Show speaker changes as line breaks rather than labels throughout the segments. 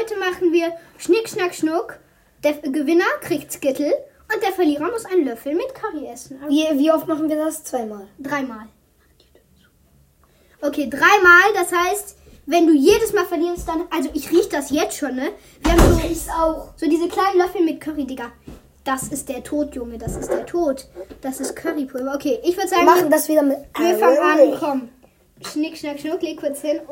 Heute machen wir Schnick, Schnack, Schnuck. Der Gewinner kriegt Skittle und der Verlierer muss einen Löffel mit Curry essen. Also
Wie, wie oft machen wir das? Zweimal.
Dreimal. Okay, dreimal. Das heißt, wenn du jedes Mal verlierst, dann. Also, ich rieche das jetzt schon, ne? Wir haben so,
Ich's auch.
so diese kleinen Löffel mit Curry, Digga. Das ist der Tod, Junge. Das ist der Tod. Das ist Currypulver. Okay, ich würde
Wir
sagen,
machen das wieder mit.
wir fangen an. Komm. Schnick, Schnack, Schnuck. Leg kurz hin und.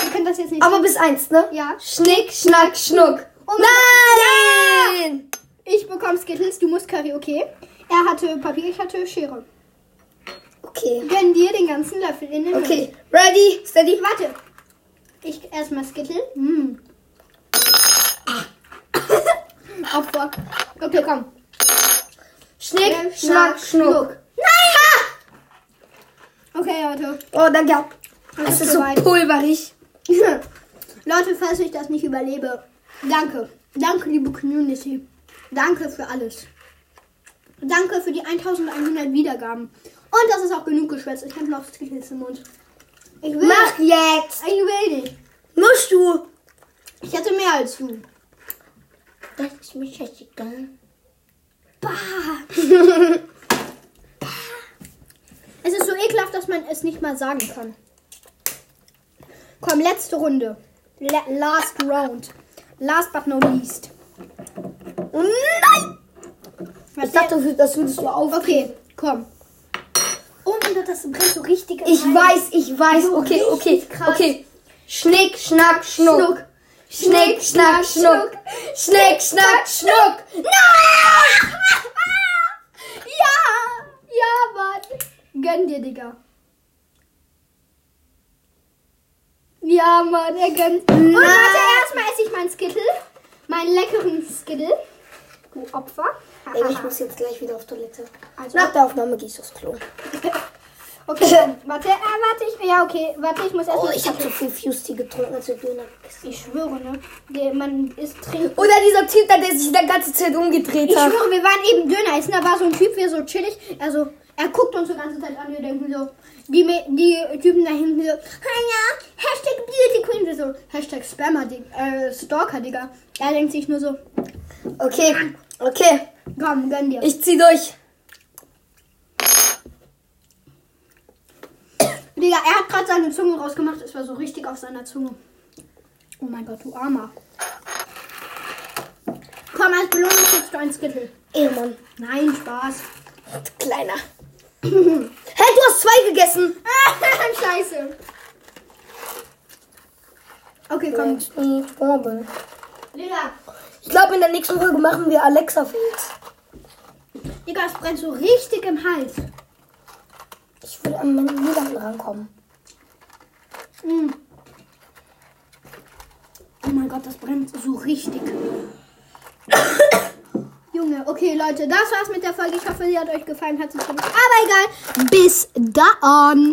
Wir können das jetzt nicht.
Aber bis eins, ne?
ja.
Schnick, schnack, schnuck.
Oh
Nein!
Ich bekomme Skittles, du musst Curry, okay? Er hatte Papier, ich hatte Schere.
Okay.
Gönn dir den ganzen Löffel in den Mund.
Okay. Ready, steady.
Warte. Ich erstmal Skittle. Mm. oh fuck. Okay, komm. Äh,
Schnick, schnack, schnuck.
Nein! Okay, Leute.
Oh, danke.
Es
Es
ist
ist so
soweit.
pulverig.
Leute, falls ich das nicht überlebe, danke. Danke, liebe Community. Danke für alles. Danke für die 1100 Wiedergaben. Und das ist auch genug geschwätzt. Ich habe noch Skittles im Mund. Ich will,
Mach jetzt.
ich will nicht.
Musst du.
Ich hatte mehr als du.
Das ist mir scheißegal.
Bah. es ist so ekelhaft, dass man es nicht mal sagen kann. Komm, letzte Runde. La last round. Last but not least. Oh
Nein! Ich
Was der-
dachte, das würdest du auf.
okay, komm. Oh mein Gott, das brennt so richtig. im
Ich
Hals.
weiß, ich weiß.
So
Okay, okay,
richtig krass.
okay. Schnick, schnack, schnuck.
Schnuck.
Schnick, schnack, schnuck. Schnick, schnack, schnuck. Nein!
Ja! Ja, Mann. Gönn dir, Digga. Ja, Mann, er gönnt. Und
Nein.
warte, erstmal esse ich meinen Skittle. Meinen leckeren Skittle. Du Opfer.
Digga, ich muss jetzt gleich wieder auf Toilette.
Also-
Nach der Aufnahme gehst du aufs Klo.
Okay, dann, warte, ah, warte, ich, ja, okay, warte, ich muss erst
Oh,
mal-
ich habe zu viel Fusty getrunken, als wir Döner gegessen
Ich schwöre, ne? Der- Man ist trinkt.
Oder dieser Typ, da, der sich die ganze Zeit umgedreht
Ich
hat.
schwöre, wir waren eben Döner essen, da war so ein Typ, wir so chillig, also er guckt uns die ganze Zeit an, wir denken so, die, Me- die Typen da hinten so, "Ah ja, Hashtag Beauty Queen, wir so, Hashtag Spammer, Dig äh, Stalker, Digga. Er denkt sich nur so,
Okay, okay.
komm, gönn dir.
Ich zieh durch.
Digga, er hat gerade seine Zunge rausgemacht, es war so richtig auf seiner Zunge. Oh mein Gott, du Armer. Komm, als Belohnung kriegst du einen Skittle.
Ehemann.
Nein, Spaß.
Kleiner. Hä, du hast zwei gegessen.
Scheiße. Okay, komm.
Ich glaube.
Lila,
Ich glaube, in der nächsten Folge machen wir Alexa Fails.
Digga, es brennt so richtig im Hals.
Ich will an meinen Niederlanden rankommen.
Mm. Oh mein Gott, das brennt so richtig. Junge, okay, Leute, das war's mit der Folge. Ich hoffe, sie hat euch gefallen, hat sie gefallen. Aber egal, bis dann.